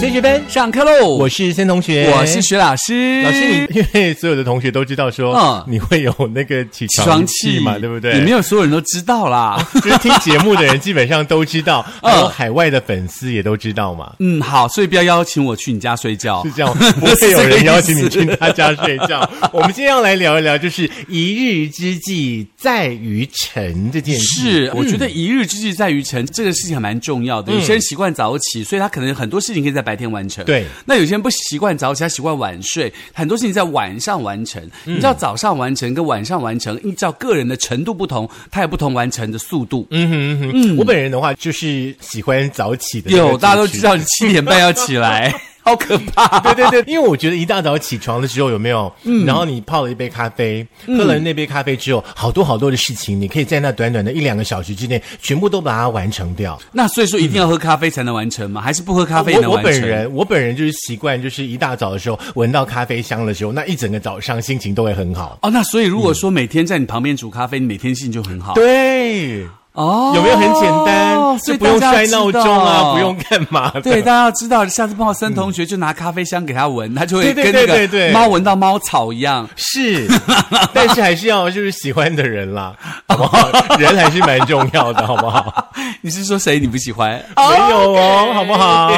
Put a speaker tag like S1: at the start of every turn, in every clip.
S1: 学学班，
S2: 上课喽！
S1: 我是森同学，
S2: 我是徐老师。
S1: 老师你，因为所有的同学都知道说，
S2: 嗯
S1: 你会有那个起
S2: 起床
S1: 气
S2: 气
S1: 嘛，对不对？
S2: 也没有所有人都知 道啦。
S1: 就是听节目的人基本上都知道，
S2: 嗯
S1: 还有海外的粉丝也都知道嘛。
S2: 嗯，好，所以不要邀请我去你家睡觉
S1: 是。这样，不会有人邀请你去他家睡 觉。我们今天要来聊一聊，就是一日之计在于晨这件事。
S2: 是，我觉得一日之计在于晨，这个事情还蛮重要
S1: 嗯
S2: 的。有些人习惯早起，所以他可能很多事情可以在白天完成。
S1: 对
S2: 那有些人不习惯早起，他习惯晚睡，很多事情在晚上完成。
S1: 嗯
S2: 你知道早上完成跟晚上完成，依照个人的程度不同，它有不同完成的速度。
S1: 嗯哼嗯哼，我本人的话就是喜欢早起的那个族群，
S2: 有，大家都知道你七点半要起来， 好可怕。
S1: 对对对，因为我觉得一大早起床的时候有没有，
S2: 嗯
S1: 然后你泡了一杯咖啡，喝了那杯咖啡之后，好多好多的事情，你可以在那短短的一两个小时之内，全部都把它完成掉。
S2: 那所以说一定要喝咖啡才能完成吗？还是不喝咖啡也
S1: 我
S2: 能
S1: 我
S2: 完成？
S1: 本人我本人就是习惯，就是一大早的时候闻到咖啡香的时候，那一整个早上心情都会很好。
S2: 哦，那所以如果说每天在你旁边煮咖啡，你每天心情就很好。
S1: 对，
S2: 哦，
S1: 有没有很简单？就
S2: 所以
S1: 不用
S2: 大家
S1: 摔
S2: 知
S1: 闹钟
S2: 道
S1: 啊，不用。干嘛的。
S2: 对，大家要知道，下次碰到森同学，就拿咖啡香给他闻，他就会
S1: 对对
S2: 跟那
S1: 对对对
S2: 个猫闻到猫草一样。
S1: 是，但是还是要就是喜欢的人啦，好不 好？人还是蛮重要的，好不好？
S2: 你是说谁你不喜欢？
S1: 没有哦，好不好？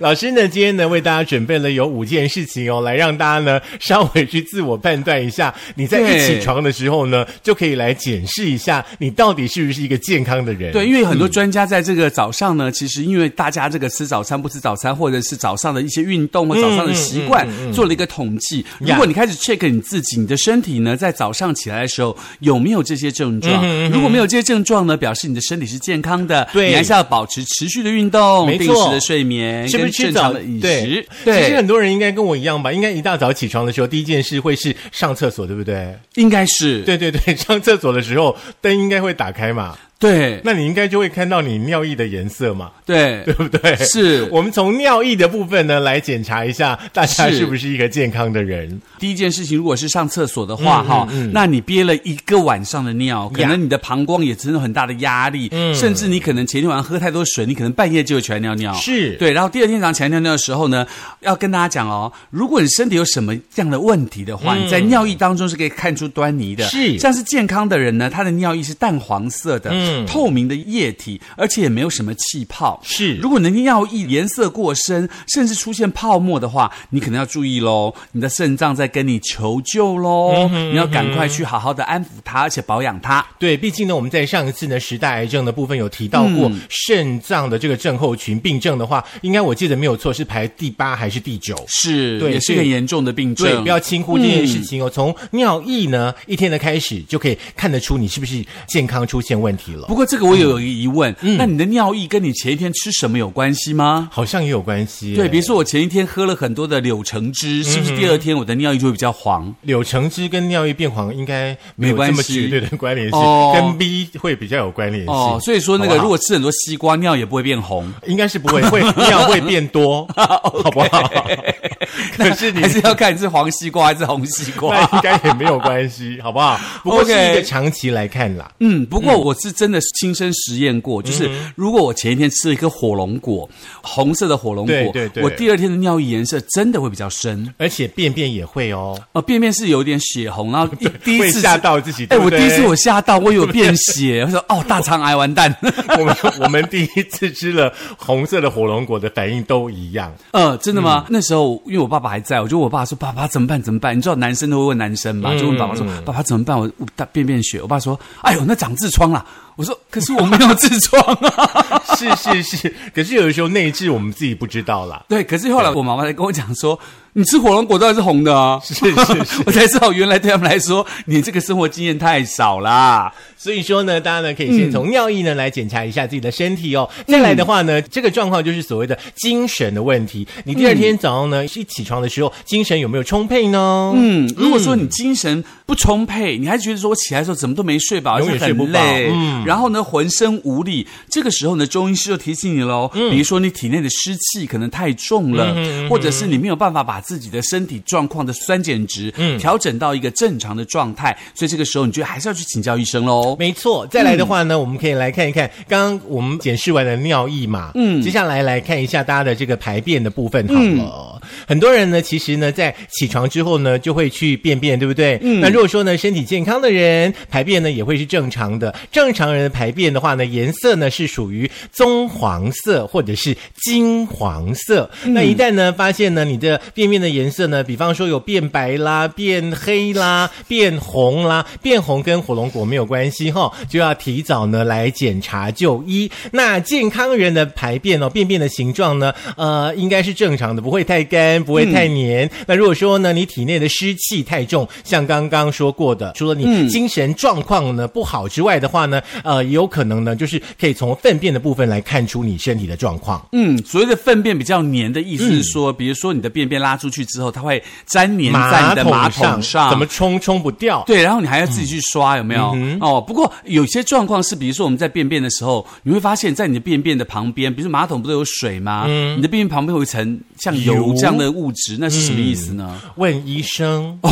S1: 老师呢，今天呢为大家准备了有五件事情哦，来让大家呢稍微去自我判断一下，你在一
S2: 对
S1: 起床的时候呢，就可以来检视一下你到底是不是一个健康的人。
S2: 对，因为很多专家在这个早上呢，其实因为大家这个吃早餐不吃早餐，或者是早上的一些运动啊
S1: 嗯
S2: 或早上的习惯，做了一个统计。如果你开始 check 你自己，你的身体呢，在早上起来的时候有没有这些症
S1: 嗯
S2: 状？如果没有这些症状呢，表示你的身体是健康的。
S1: 对
S2: 你还是要保持持续的运动，
S1: 没
S2: 定
S1: 错
S2: 时的睡眠，
S1: 是不是
S2: 跟
S1: 吃
S2: 正
S1: 早
S2: 常的饮
S1: 对
S2: 食？，
S1: 其实很多人应该跟我一样吧，应该一大早起床的时候，第一件事会是上厕所，对不对？
S2: 应该是
S1: 对对对，上厕所的时候灯应该会打开嘛，
S2: 对
S1: 那你应该就会看到你尿液的颜色嘛。
S2: 对
S1: 对不对？
S2: 是
S1: 我们从尿液的部分呢来检查一下，大家
S2: 是
S1: 是不是一个健康的人？
S2: 第一件事情，如果是上厕所的
S1: 嗯
S2: 话，哈、那你憋了一个晚上的尿，可能你的膀胱也承受很大的压力，
S1: 嗯
S2: 甚至你可能前天晚上喝太多水，你可能半夜就会起来尿尿。
S1: 是
S2: 对。然后第二天早上起来尿尿的时候呢，要跟大家讲哦，如果你身体有什么样的问题的话，你在尿液当中是可以看出端倪的。
S1: 嗯是
S2: 像是健康的人呢，他的尿液是淡黄色的，
S1: 嗯
S2: 透明的液体，而且也没有什么气泡。
S1: 是
S2: 如果你的尿液颜色过深，甚至出现泡沫的话，你可能要注意喽，你的肾脏在跟你求救
S1: 嗯
S2: 喽，你要赶快去好好的安抚它，而且保养它。
S1: 对，毕竟呢，我们在上一次呢时代癌症的部分有提到
S2: 嗯
S1: 过肾脏的这个症候群病症的话，应该我记得没有错是排第八还是第九？
S2: 是，
S1: 对
S2: 也是一个
S1: 所以
S2: 严重的病
S1: 对，
S2: 症
S1: 不。要轻忽这件
S2: 嗯
S1: 事情哦。从尿液呢一天的开始就可以看得出你是不是健康出现问题了
S2: 不，过这个我有一个疑问，
S1: 嗯
S2: 那你的尿液跟你前一天吃什么有关系吗？
S1: 好像也嗯有关系。
S2: 对，比如说我前一天喝了很多的柳橙汁，是不是第二天我的尿液就会比较黄？
S1: 柳橙汁跟尿液变黄应该没有
S2: 没关
S1: 这么
S2: 系
S1: 绝对的关联性，
S2: 哦
S1: 跟 B 会比较有关联性。
S2: 哦，所以说那
S1: 好
S2: 个
S1: 不好
S2: 如果吃很多西瓜，尿也不会变红，
S1: 应该是不 会，会尿会变多，好不好？ 可 是你
S2: 还是要看你是黄西瓜还是红西 瓜。
S1: 那应该也没有关系，好不好？不过是
S2: OK
S1: 一个长期来看啦，
S2: 嗯，不过我是真的亲身实验过，
S1: 嗯
S2: 就是如果我前一天吃了一颗火龙果，红色的火龙果，
S1: 对对对
S2: 我第二天的尿液颜色真的会比较深，
S1: 而且便便也会哦。
S2: 呃，便便是有点血红， 然后一第一
S1: 会
S2: 次
S1: 吓
S2: 是
S1: 到自己
S2: 哎，
S1: 对不
S2: 我
S1: 对
S2: 第一次我吓到，我以为变血，我说 哦，大肠癌完 蛋，
S1: 我们我们第一次吃了红色的火龙果的反应都一样，
S2: 呃，真的
S1: 嗯
S2: 吗？那时候因为我爸爸还在，我就问我爸说：“爸爸怎么办？怎么办？”你知道男生都会问男生
S1: 嗯
S2: 嘛，就问爸爸说：“爸爸怎么办？我我大便便血。”我爸说：“哎呦，那长痔疮啦！”我说：“可是我没有痔疮啊。”
S1: 是是是。可是有的时候内置我们自己不知道啦。
S2: 对，可是后来我妈妈才跟我讲说，你吃火龙果当然是红的啊。
S1: 是是是
S2: 我才知道原来对他们来说，你这个生活经验太少啦。
S1: 所以说呢，大家呢可以先从尿液呢来检查一下自己的身体哦。再来的话呢，这个状况就是所谓的精神的问题。你第二天早上呢，一起床的时候，精神有没有充沛呢？嗯，
S2: 嗯，如果说你精神不充沛，你还觉得说我起来的时候怎么都没睡饱，而
S1: 永
S2: 且
S1: 远睡不
S2: 很
S1: 饱嗯
S2: 累，然后呢浑身无力，这个时候呢，中
S1: 嗯
S2: 医师就提醒你喽，比如说你体内的湿气可能太重了，或者是你没有办法把自己的身体状况的酸碱值，嗯，调整到一个正常的状态。所以这个时候，你就还是要去请教医生喽。
S1: 没错，再来的话呢，我们可以来看一看刚刚我们检视完的尿液嘛，嗯，接下来来看一下大家的这个排便的部分好了。很多人呢，其实呢，在起床之后呢，就会去便便，对不对？嗯，那如果说呢，身体健康的人排便呢也会是正常的，正常人的排便的话呢，颜色呢是属于棕黄色或者是金黄色。那一旦呢发现呢你的便便的颜色呢，比方说有变白啦、变黑啦、变红啦，变红跟火龙果没有关系哈、就要提早呢来检查就医。那健康人的排便哦，便便的形状呢，呃，应该是正常的，不会太干，不会太
S2: 嗯
S1: 黏。那如果说呢你体内的湿气太重，像刚刚说过的，除了
S2: 嗯
S1: 你精神状况呢不好之外的话呢，呃，有可能呢就是可以从粪便的部分来看出你身体的状况。
S2: 嗯，所谓的粪便比较黏的意
S1: 嗯
S2: 思是说，比如说你的便便拉出去之后，它会粘黏在你的马桶上，
S1: 怎么嗯冲冲不掉？
S2: 对，然后你还要自己去刷，有没有？哦，不过有些状况是，比如说我们在便便的时候，你会发现在你的便便的旁边，比如说马桶不是有水吗？
S1: 嗯
S2: 你的便便旁边有一层像油
S1: 油
S2: 这样的物质，那是什么意思呢、
S1: 问医生，
S2: o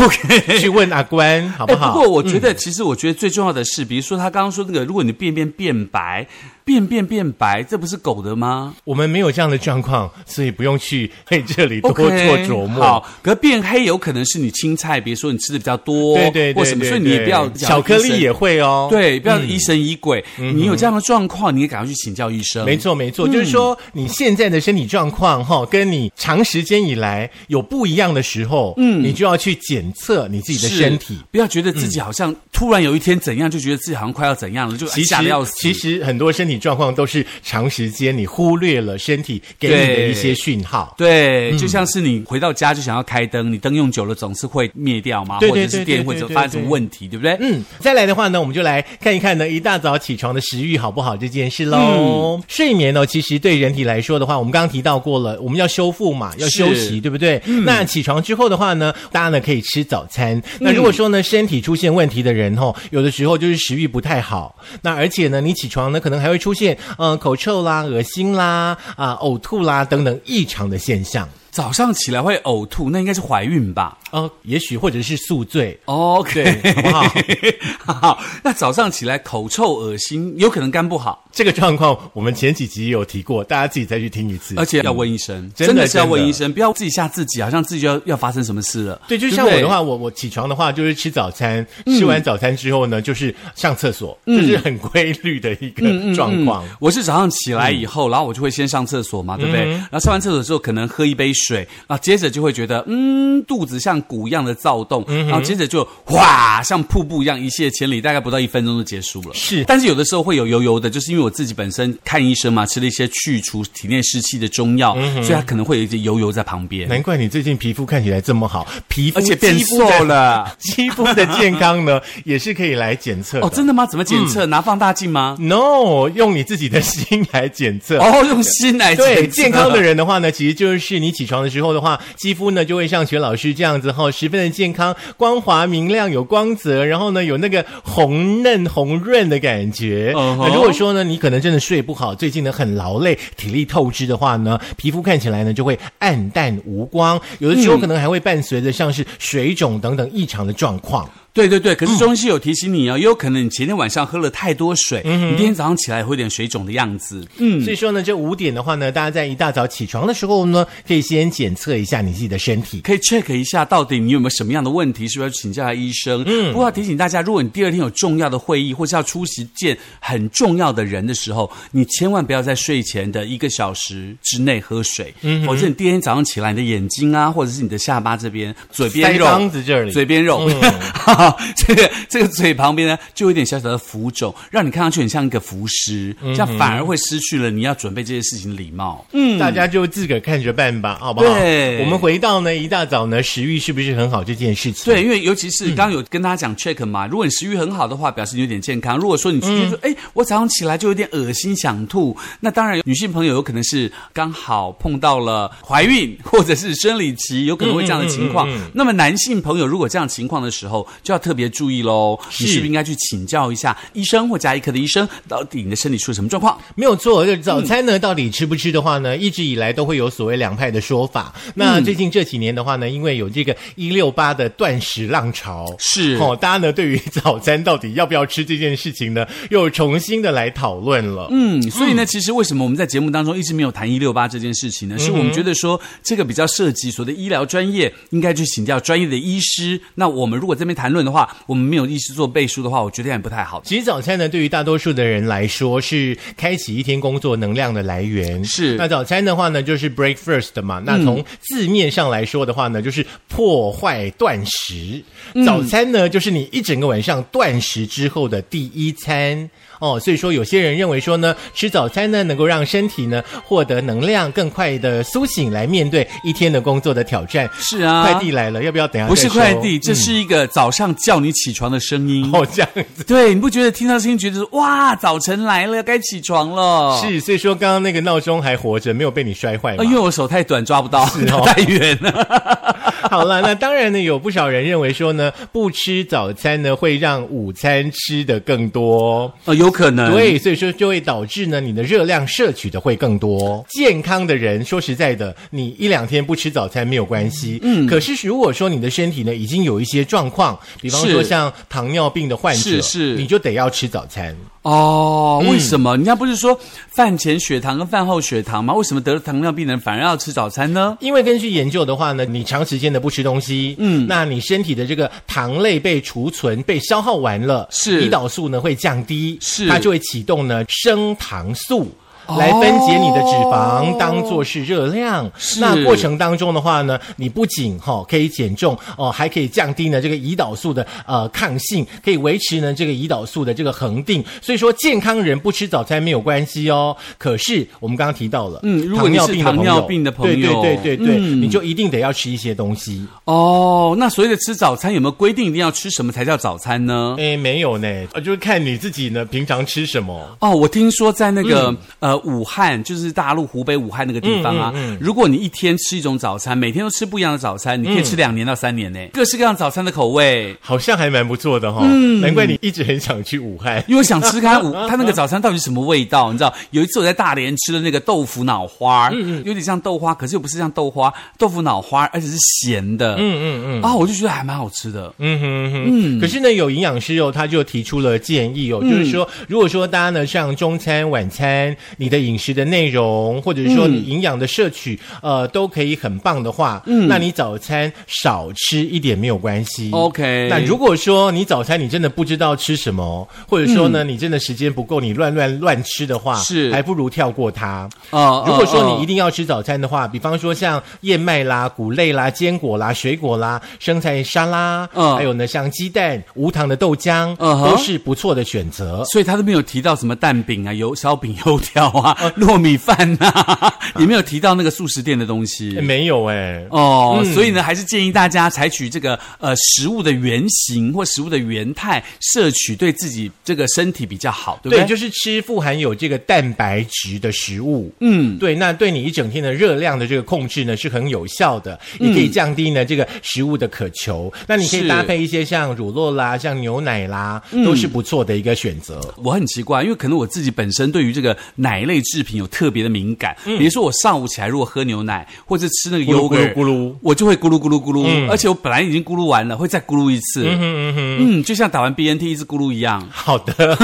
S2: k
S1: 去问阿关嗯好不
S2: 哎，
S1: 好？嗯
S2: 不过我觉得，其实我觉得最重要的是，比如说他刚刚说那个，如果你便便变白，便便变白，这不是狗的吗？
S1: 我们没有这样的状况，所以不用去 为这里多
S2: OK，
S1: 做琢磨。
S2: 好，可是变黑有可能是你青菜，比如说你吃的比较多，
S1: 对对对
S2: 或什么，
S1: 对
S2: 所以你也
S1: 对
S2: 不要
S1: 巧克力也会哦。。
S2: 对，不要疑神疑鬼。你有这样的状况，你也赶快去请教医生。
S1: 没错，没
S2: 嗯
S1: 错，就是说你现在的身体状况哈、跟你长时间以来有不一样的时候，嗯，你就要去检测你自己的
S2: 是
S1: 身体。
S2: 不要觉得自己好像突然有一天怎样，就觉得自己好像快要怎样了，就哎
S1: 其实
S2: 吓得要死。
S1: 其实很多身体状况都是长时间你忽略了身体给你的一些讯号。嗯
S2: 对，就像是你回到家就想要开灯，你灯用久了总是会灭掉嘛，
S1: 对
S2: 或者
S1: 对
S2: 是
S1: 对
S2: 电
S1: 对
S2: 或者
S1: 对
S2: 发生什
S1: 对
S2: 么问题，对不对？
S1: 嗯，再来的话呢，我们就来看一看呢，一大早起床的食欲好不好这件事喽。睡眠呢、其实对人体来说的话，我们刚刚提到过了，我们要修复嘛，要休息，对不对？那起床之后的话呢，大家呢可以吃早餐。那如果说呢，身体出现问题的人哦，有的时候就是食欲不太好，那而且呢，你起床呢可能还会出现嗯、呃口臭啦、恶心啦、啊、呕吐啦等等异常的现象。
S2: 早上起来会呕吐，那应该是怀孕吧？
S1: 哦，也许或者是宿醉，
S2: 哦 OK，
S1: 对好不好？
S2: 好，那早上起来口臭、恶心，有可能肝不好，
S1: 这个状况我们前几集也有提过，大家自己再去听一次。
S2: 而且要问医生，
S1: 嗯真的
S2: 真的是要问
S1: 真的
S2: 医生，不要自己吓自己，好像自己要要发生什么事了。
S1: 对，就像
S2: 不
S1: 我
S2: 对嗯
S1: 的，话，我我起床的话就是吃早餐，吃完早餐之后呢，就是上厕所，这是很规律的一
S2: 嗯
S1: 个状况。嗯
S2: 我是早上起来以后，然后我就会先上厕所嘛，对不对？然后上完厕所之后，可能喝一杯水，然后接着就会觉得，嗯，肚子像鼓一样的躁动，
S1: 嗯
S2: 然后接着就哗，像瀑布一样一泻千里，大概不到一分钟就结束了。
S1: 是
S2: 但是有的时候会有油油的，就是因为我自己本身看医生嘛，吃了一些去除体内湿气的中药，
S1: 嗯
S2: 所以它可能会有一些油油在旁边。
S1: 难怪你最近皮肤看起来这么好，皮肤
S2: 而且变
S1: 肌肤的
S2: 瘦了
S1: 肌肤的健康呢，也是可以来检测的。
S2: 哦，真的吗？怎么检测？
S1: 嗯
S2: 拿放大镜吗？
S1: No，用你自己的心来检测。
S2: 哦，用心来检 测
S1: 对健康的人的话呢，其实就是你起床的时候的话，肌肤呢就会像雪老师这样子哈、十分的健康、光滑明亮、有光泽，然后呢有那个红嫩红润的感觉。
S2: 嗯哼
S1: 那如果说呢你可能真的睡不好，最近呢很劳累、体力透支的话呢，皮肤看起来呢就会暗淡无光，有的时候可能还会伴随着像是水肿等等异常的状况。
S2: 对对对，可是中医有提醒你哦，也有可能你前天晚上喝了太多水，你今天早上起来会有点水肿的样子。
S1: 嗯，所以说呢，这五点的话呢，大家在一大早起床的时候呢，可以先检测一下你自己的身体。
S2: 可以 check 一下到底你有没有什么样的问题，是不是要请教一下医生？嗯，不过要提醒大家，如果你第二天有重要的会议，或是要出席见很重要的人的时候，你千万不要在睡前的一个小时之内喝水，嗯，否则你第二天早上起来，你的眼睛啊，或者是你的下巴这边、嘴边
S1: 腮
S2: 肉、
S1: 帮子这里嗯
S2: 嘴边肉，哈哈， 这个这个嘴旁边呢，就有点小小的浮肿，让你看上去很像一个浮尸，这样反而会失去了你要准备这些事情的礼貌。
S1: 嗯，大家就自个儿看着办吧，好不好？
S2: 对
S1: 我们回到呢一大早呢食欲是不是很好这件事情？
S2: 对，因为尤其是刚刚有跟大家讲 check 嘛，如果你食欲很好的话，表示你有点健康；如果说你觉得说，哎、我早上起来就有点恶心想吐，那当然女性朋友有可能是刚好碰到了怀嗯孕或者是生理期，有可能会这样的情况。那么男性朋友如果这样情况的时候，就就要特别注意喽。你是不是应该去请教一下医生或加医科的医生，到底你的身体出了什么状况？
S1: 没有错，就早餐
S2: 嗯
S1: 呢，到底吃不吃的话呢，一直以来都会有所谓两派的说法。
S2: 嗯
S1: 那最近这几年的话呢，因为有这个一六八的断食浪潮，
S2: 是
S1: 哦，大家呢对于早餐到底要不要吃这件事情呢，又重新的来讨论了。
S2: 嗯，嗯所以呢，其实为什么我们在节目当中一直没有谈一六八这件事情呢？是我们觉得说这个比较涉及所谓的医疗专业，应该去请教专业的医师。那我们如果这边谈论的话，我们没有医师做背书的话，我觉得也不太好。
S1: 其实早餐呢，对于大多数的人来说是开启一天工作能量的来源。
S2: 是嗯
S1: 那早餐的话呢，就是 breakfast 嘛。那从字面上来说的话呢，就是破坏断食。
S2: 嗯
S1: 早餐呢，就是你一整个晚上断食之后的第一餐。哦，所以说有些人认为说呢，吃早餐呢能够让身体呢获得能量，更快的苏醒来面对一天的工作的挑战。
S2: 是啊
S1: 快递来了，要不要等一下
S2: 不是
S1: 再收
S2: 快递，这是一个早上叫你起床的声音。
S1: 哦这样子。
S2: 对，你不觉得听到声音觉得哇，早晨来了，该起床了？。
S1: 是，所以说刚刚那个闹钟还活着，没有被你摔坏嘛。
S2: 啊，因为我手太短抓不到，
S1: 是哦
S2: 太远了。
S1: 好了，那当然呢，有不少人认为说呢，不吃早餐呢会让午餐吃的更多。
S2: 哦，有可能。
S1: 对，所以说就会导致呢，你的热量摄取的会更多。健康的人，说实在的，你一两天不吃早餐没有关系。嗯，可是如果说你的身体呢已经有一些状况，比方说
S2: 是
S1: 像糖尿病的患者，
S2: 是是
S1: 你就得要吃早餐。
S2: 哦，为什么？人家不是说饭前血糖跟饭后血糖吗？为什么得了糖尿病的人反而要吃早餐呢？
S1: 因为根据研究的话呢，你长时间的不吃东西，嗯，那你身体的这个糖类被储存、被消耗完了，
S2: 是
S1: 胰岛素呢会降低，
S2: 是哦
S1: 它就会启动呢升糖素。来分解你的脂肪，当做是热量。
S2: 是
S1: 那过程当中的话呢，你不仅哈、可以减重哦、还可以降低呢这个胰岛素的呃抗性，可以维持呢这个胰岛素的这个恒定。所以说，健康人不吃早餐没有关系哦。可是我们刚刚提到了，
S2: 嗯如果你是糖尿病的朋友嗯
S1: 对对对对对，你就一定得要吃一些东西。
S2: 哦，那所谓的吃早餐有没有规定一定要吃什么才叫早餐呢？
S1: 哎，没有呢，呃就是看你自己呢平常吃什么。
S2: 哦，我听说在那个、呃武汉，就是大陆湖北武汉那个地方啊，如果你一天吃一种早餐，每天都吃不一样的早餐，你可以吃两年到三年呢，各式各样早餐的口味。
S1: 好像还蛮不错的哈、
S2: 嗯
S1: 难怪你一直很想去武汉。
S2: 因为我想吃看武，他那个早餐到底什么味道？你知道，有一次我在大连吃的那个豆腐脑花，
S1: 嗯
S2: 有点像豆花，可是又不是像豆花，豆腐脑花，而且是咸的，嗯嗯嗯，啊，我就觉得还蛮好吃的，
S1: 嗯哼哼，可是呢，有营养师哦，他就提出了建议
S2: 嗯
S1: 哦，就是说，如果说大家呢，像中餐、晚餐，你的饮食的内容，或者说
S2: 嗯
S1: 你营养的摄取，呃，都可以很棒的话，
S2: 嗯
S1: 那你早餐少吃一点没有关系。
S2: OK
S1: 那如果说你早餐你真的不知道吃什么，或者说呢，你真的时间不够，你乱乱乱吃的话，
S2: 嗯是
S1: 还不如跳过它。
S2: 哦
S1: 如果说你一
S2: 一
S1: 定要吃早餐的话，比方说像燕麦啦、谷类啦、坚果啦、水果啦、生菜沙拉，
S2: 嗯
S1: 还有呢像鸡蛋、无糖的豆浆，
S2: 嗯哼
S1: 都是不错的选择。
S2: 所以他都没有提到什么蛋饼啊、油烧饼、油条 啊、
S1: 哦
S2: 糯米饭呐、啊，也没有提到那个素食店的东西。
S1: 诶没有哎、
S2: 哦，所以呢，还是建议大家采取这个呃食物的原型或食物的原态摄取，对自己这个身体比较好，对不对？
S1: 对，就是吃富含有这个蛋白质的食物。嗯，对，那对你一整天的热量的这个控制呢是很有效的，你可以降低呢这个食物的渴求。那你可
S2: 嗯是嗯
S1: 以搭配一些像乳酪啦、像牛奶啦，都是不错的一个选择。
S2: 我很奇怪，因为可能我自己本身对于这个奶类制品有特别的敏感。比如说，我上午起来如果喝牛奶或者吃那
S1: 嗯
S2: 个
S1: 咕噜
S2: 优
S1: 咕
S2: 格，
S1: 噜咕噜嗯
S2: 我就会咕噜咕噜咕噜，而且我本来已经咕噜完了，会再咕噜一次。嗯就像打完 BNT 一直咕噜一样。
S1: 好 的，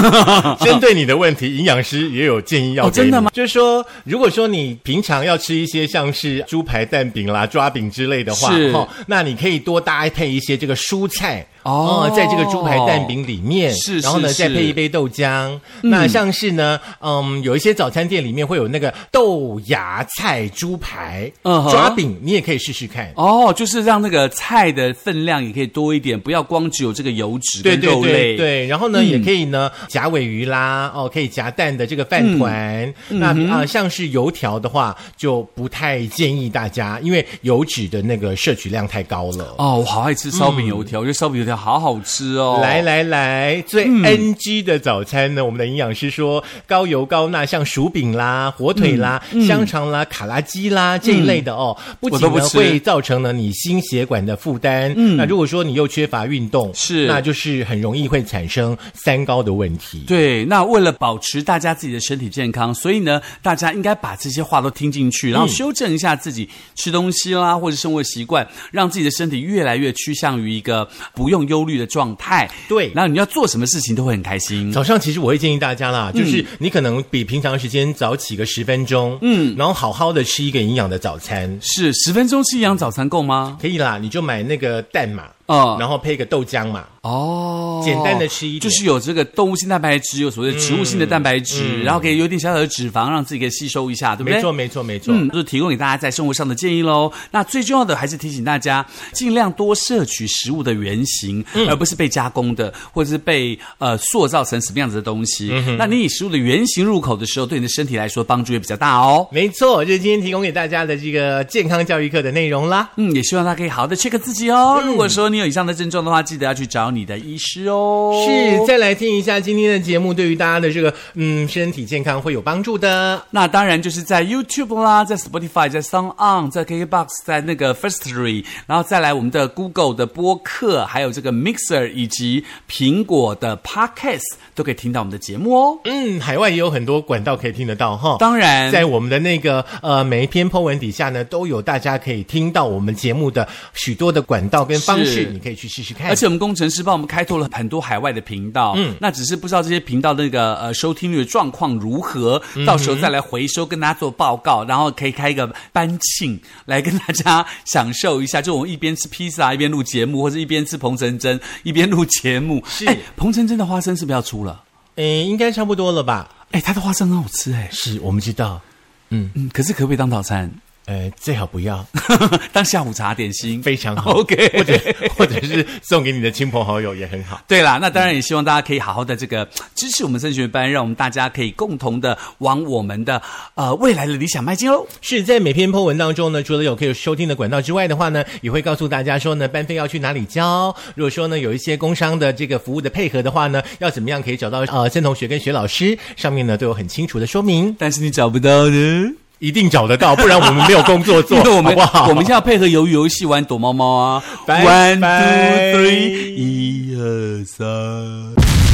S1: 针对你的问题，营养师也有建议要
S2: 哦
S1: 给你
S2: 真的吗？
S1: 就是说，如果说你平常要吃一些像是猪排蛋饼啦、抓饼之类的话，
S2: 是
S1: 哦，那你可以多搭配一些这个蔬菜。
S2: 哦
S1: 呃在这个猪排蛋饼里面，
S2: 是
S1: 然后呢
S2: 是
S1: 再
S2: 是
S1: 配一杯豆浆。那像是呢，嗯，有一些早餐店里面会有那个豆芽菜猪排、
S2: 嗯哼
S1: 抓饼，你也可以试试看。
S2: 哦，就是让那个菜的分量也可以多一点，不要光只有这个油脂
S1: 对
S2: 跟
S1: 对
S2: 肉类。
S1: 对
S2: 嗯
S1: 对，然后呢，也可以呢夹尾鱼啦，哦，可以夹蛋的这个饭团。
S2: 嗯
S1: 那啊、像是油条的话，就不太建议大家，因为油脂的那个摄取量太高了。
S2: 哦，我好爱吃烧饼油条，我觉得烧饼油条的好好吃哦。嗯
S1: 来来来，最 NG 的早餐呢？我们的营养师说，高油高钠，像薯饼啦、火腿啦、香肠啦、卡拉鸡啦这一类的哦，不
S2: 嗯我都
S1: 仅
S2: 不
S1: 呢
S2: 吃嗯
S1: 会造成呢你心血管的负担，那如果说你又缺乏运动，
S2: 是
S1: 那就是很容易会产生三高的问题。
S2: 对，那为了保持大家自己的身体健康，所以呢，大家应该把这些话都听进去，
S1: 嗯
S2: 然后修正一下自己吃东西啦，或者生活习惯，让自己的身体越来越趋向于一个不用忧虑的状态。
S1: 对嗯
S2: 然后你要做什么事情都会很开心。
S1: 早上其实我会建议大家啦，
S2: 嗯
S1: 就是你可能比平常时间早起个十分钟，嗯，然后好好的吃一个营养的早餐，
S2: 是十分钟吃营养早餐够吗？
S1: 可以啦，你就买那个蛋嘛，
S2: 哦
S1: 然后配一个豆浆嘛，
S2: 哦，
S1: 嗯简单的吃一点
S2: 就是有这个动物性蛋白质，有所谓的植物性的蛋白质，然后可以有点小小的脂肪，让自己可以吸收一下，对不
S1: 嗯
S2: 对？
S1: 没错，没错，没错。
S2: 嗯，就是提供给大家在生活上的建议喽。那最重要的还是提醒大家，尽量多摄取食物的原型，而不是被加工的，或者是被呃塑造成什么样子的东西。那你以食物的原型入口的时候，对你的身体来说帮助也比较大哦。
S1: 没错，这是今天提供给大家的这个健康教育课的内容啦。
S2: 嗯，也希望大家可以好好的 check 自己哦。如果说你有以上的症状的话，记得要去找你的医师哦。
S1: 是，再来听一下今天的节目，对于大家的这个嗯身体健康会有帮助的。
S2: 那当然就是在 YouTube 啦，在 Spotify，在 Sound On，在 KKBox，在那个 Firstory，然后再来我们的 Google 的播客，还有这个 Mixer 以及苹果的 Podcast 都可以听到我们的节目哦。
S1: 嗯，海外也有很多管道可以听得到哈。
S2: 当然，
S1: 在我们的那个呃每一篇 po 文底下呢，都有大家可以听到我们节目的许多的管道跟方式
S2: 是，
S1: 你可以去试试看。
S2: 而且我们工程师帮我们开拓了很多海外的频道，嗯，那只是不知道这些频道那个呃收听率的状况如何，
S1: 嗯
S2: 到时候再来回收跟大家做报告，然后可以开一个班庆来跟大家享受一下， 就我们一边吃披萨一边录节目，或者一边吃彭城蒸一边录节目。
S1: 是
S2: 哎彭城蒸的花生是不是要出了？
S1: 诶，应该差不多了吧？
S2: 哎，它的花生很好吃哎，
S1: 是我们知道，
S2: 嗯，可是可不可以当早餐？
S1: 呃，最好不要，
S2: 当下午茶点心？
S1: 非常 好。
S2: OK，
S1: 或者或者是送给你的亲朋好友也很好。
S2: 对啦，那当然也希望大家可以好好的这个支持我们升学班，让我们大家可以共同的往我们的呃未来的理想迈进喽。
S1: 是在每篇 po 文当中呢，除了有可以收听的管道之外的话呢，也会告诉大家说呢，班费要去哪里交。如果说呢，有一些工商的这个服务的配合的话呢，要怎么样可以找到呃曾同学跟学老师，上面呢都有很清楚的说明，
S2: 但是你找不到呢，
S1: 一定找得到，不然我们没有工作做，
S2: 因为我
S1: 好
S2: 们
S1: 不好？
S2: 我们现在要配合鱿鱼游戏玩躲猫猫啊
S1: 拜
S2: ，one
S1: 拜
S2: two three，一二三。